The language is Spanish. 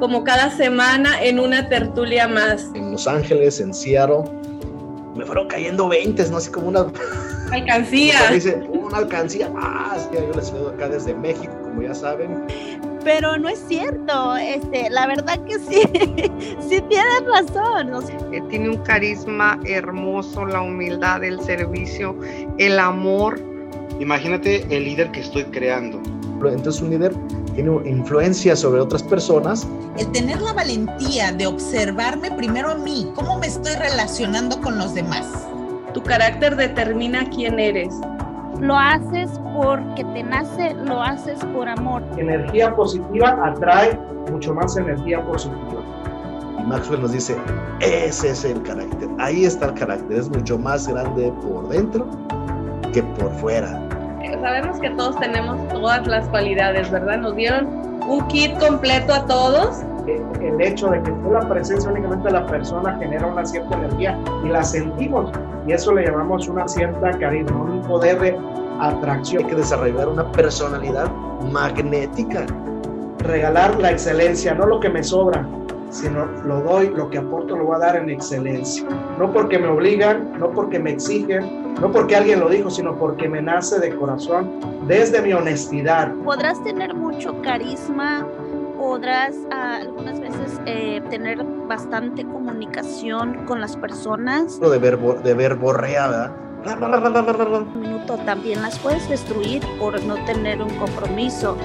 como cada semana en una tertulia más. En Los Ángeles, en Seattle, me fueron cayendo 20, ¿no? Así como una... Alcancía. Como dice, una alcancía más. Yo les veo acá desde México, como ya saben. Pero no es cierto, este, la verdad que sí, sí tienes razón. O sea, eh, tiene un carisma hermoso, la humildad, el servicio, el amor. Imagínate el líder que estoy creando. Entonces un líder tiene influencia sobre otras personas. El tener la valentía de observarme primero a mí, cómo me estoy relacionando con los demás. Tu carácter determina quién eres. Lo haces porque te nace, lo haces por amor. Energía positiva atrae mucho más energía positiva. Y Maxwell nos dice, ese es el carácter, ahí está el carácter, es mucho más grande por dentro que por fuera sabemos que todos tenemos todas las cualidades, ¿verdad? Nos dieron un kit completo a todos. Eh, El hecho de que tú la presencia únicamente de la persona genera una cierta energía y la sentimos. Y eso le llamamos una cierta carisma, un poder de atracción. Hay que desarrollar una personalidad magnética. Regalar la excelencia, no lo que me sobra, sino lo doy, lo que aporto lo voy a dar en excelencia. No porque me obligan, no porque me exigen, no porque alguien lo dijo, sino porque me nace de corazón, desde mi honestidad. Podrás tener mucho carisma, podrás ah, algunas veces eh, tener bastante comunicación con las personas. Lo de, verbo, de verborreada. Un minuto también las puedes destruir por no tener un compromiso.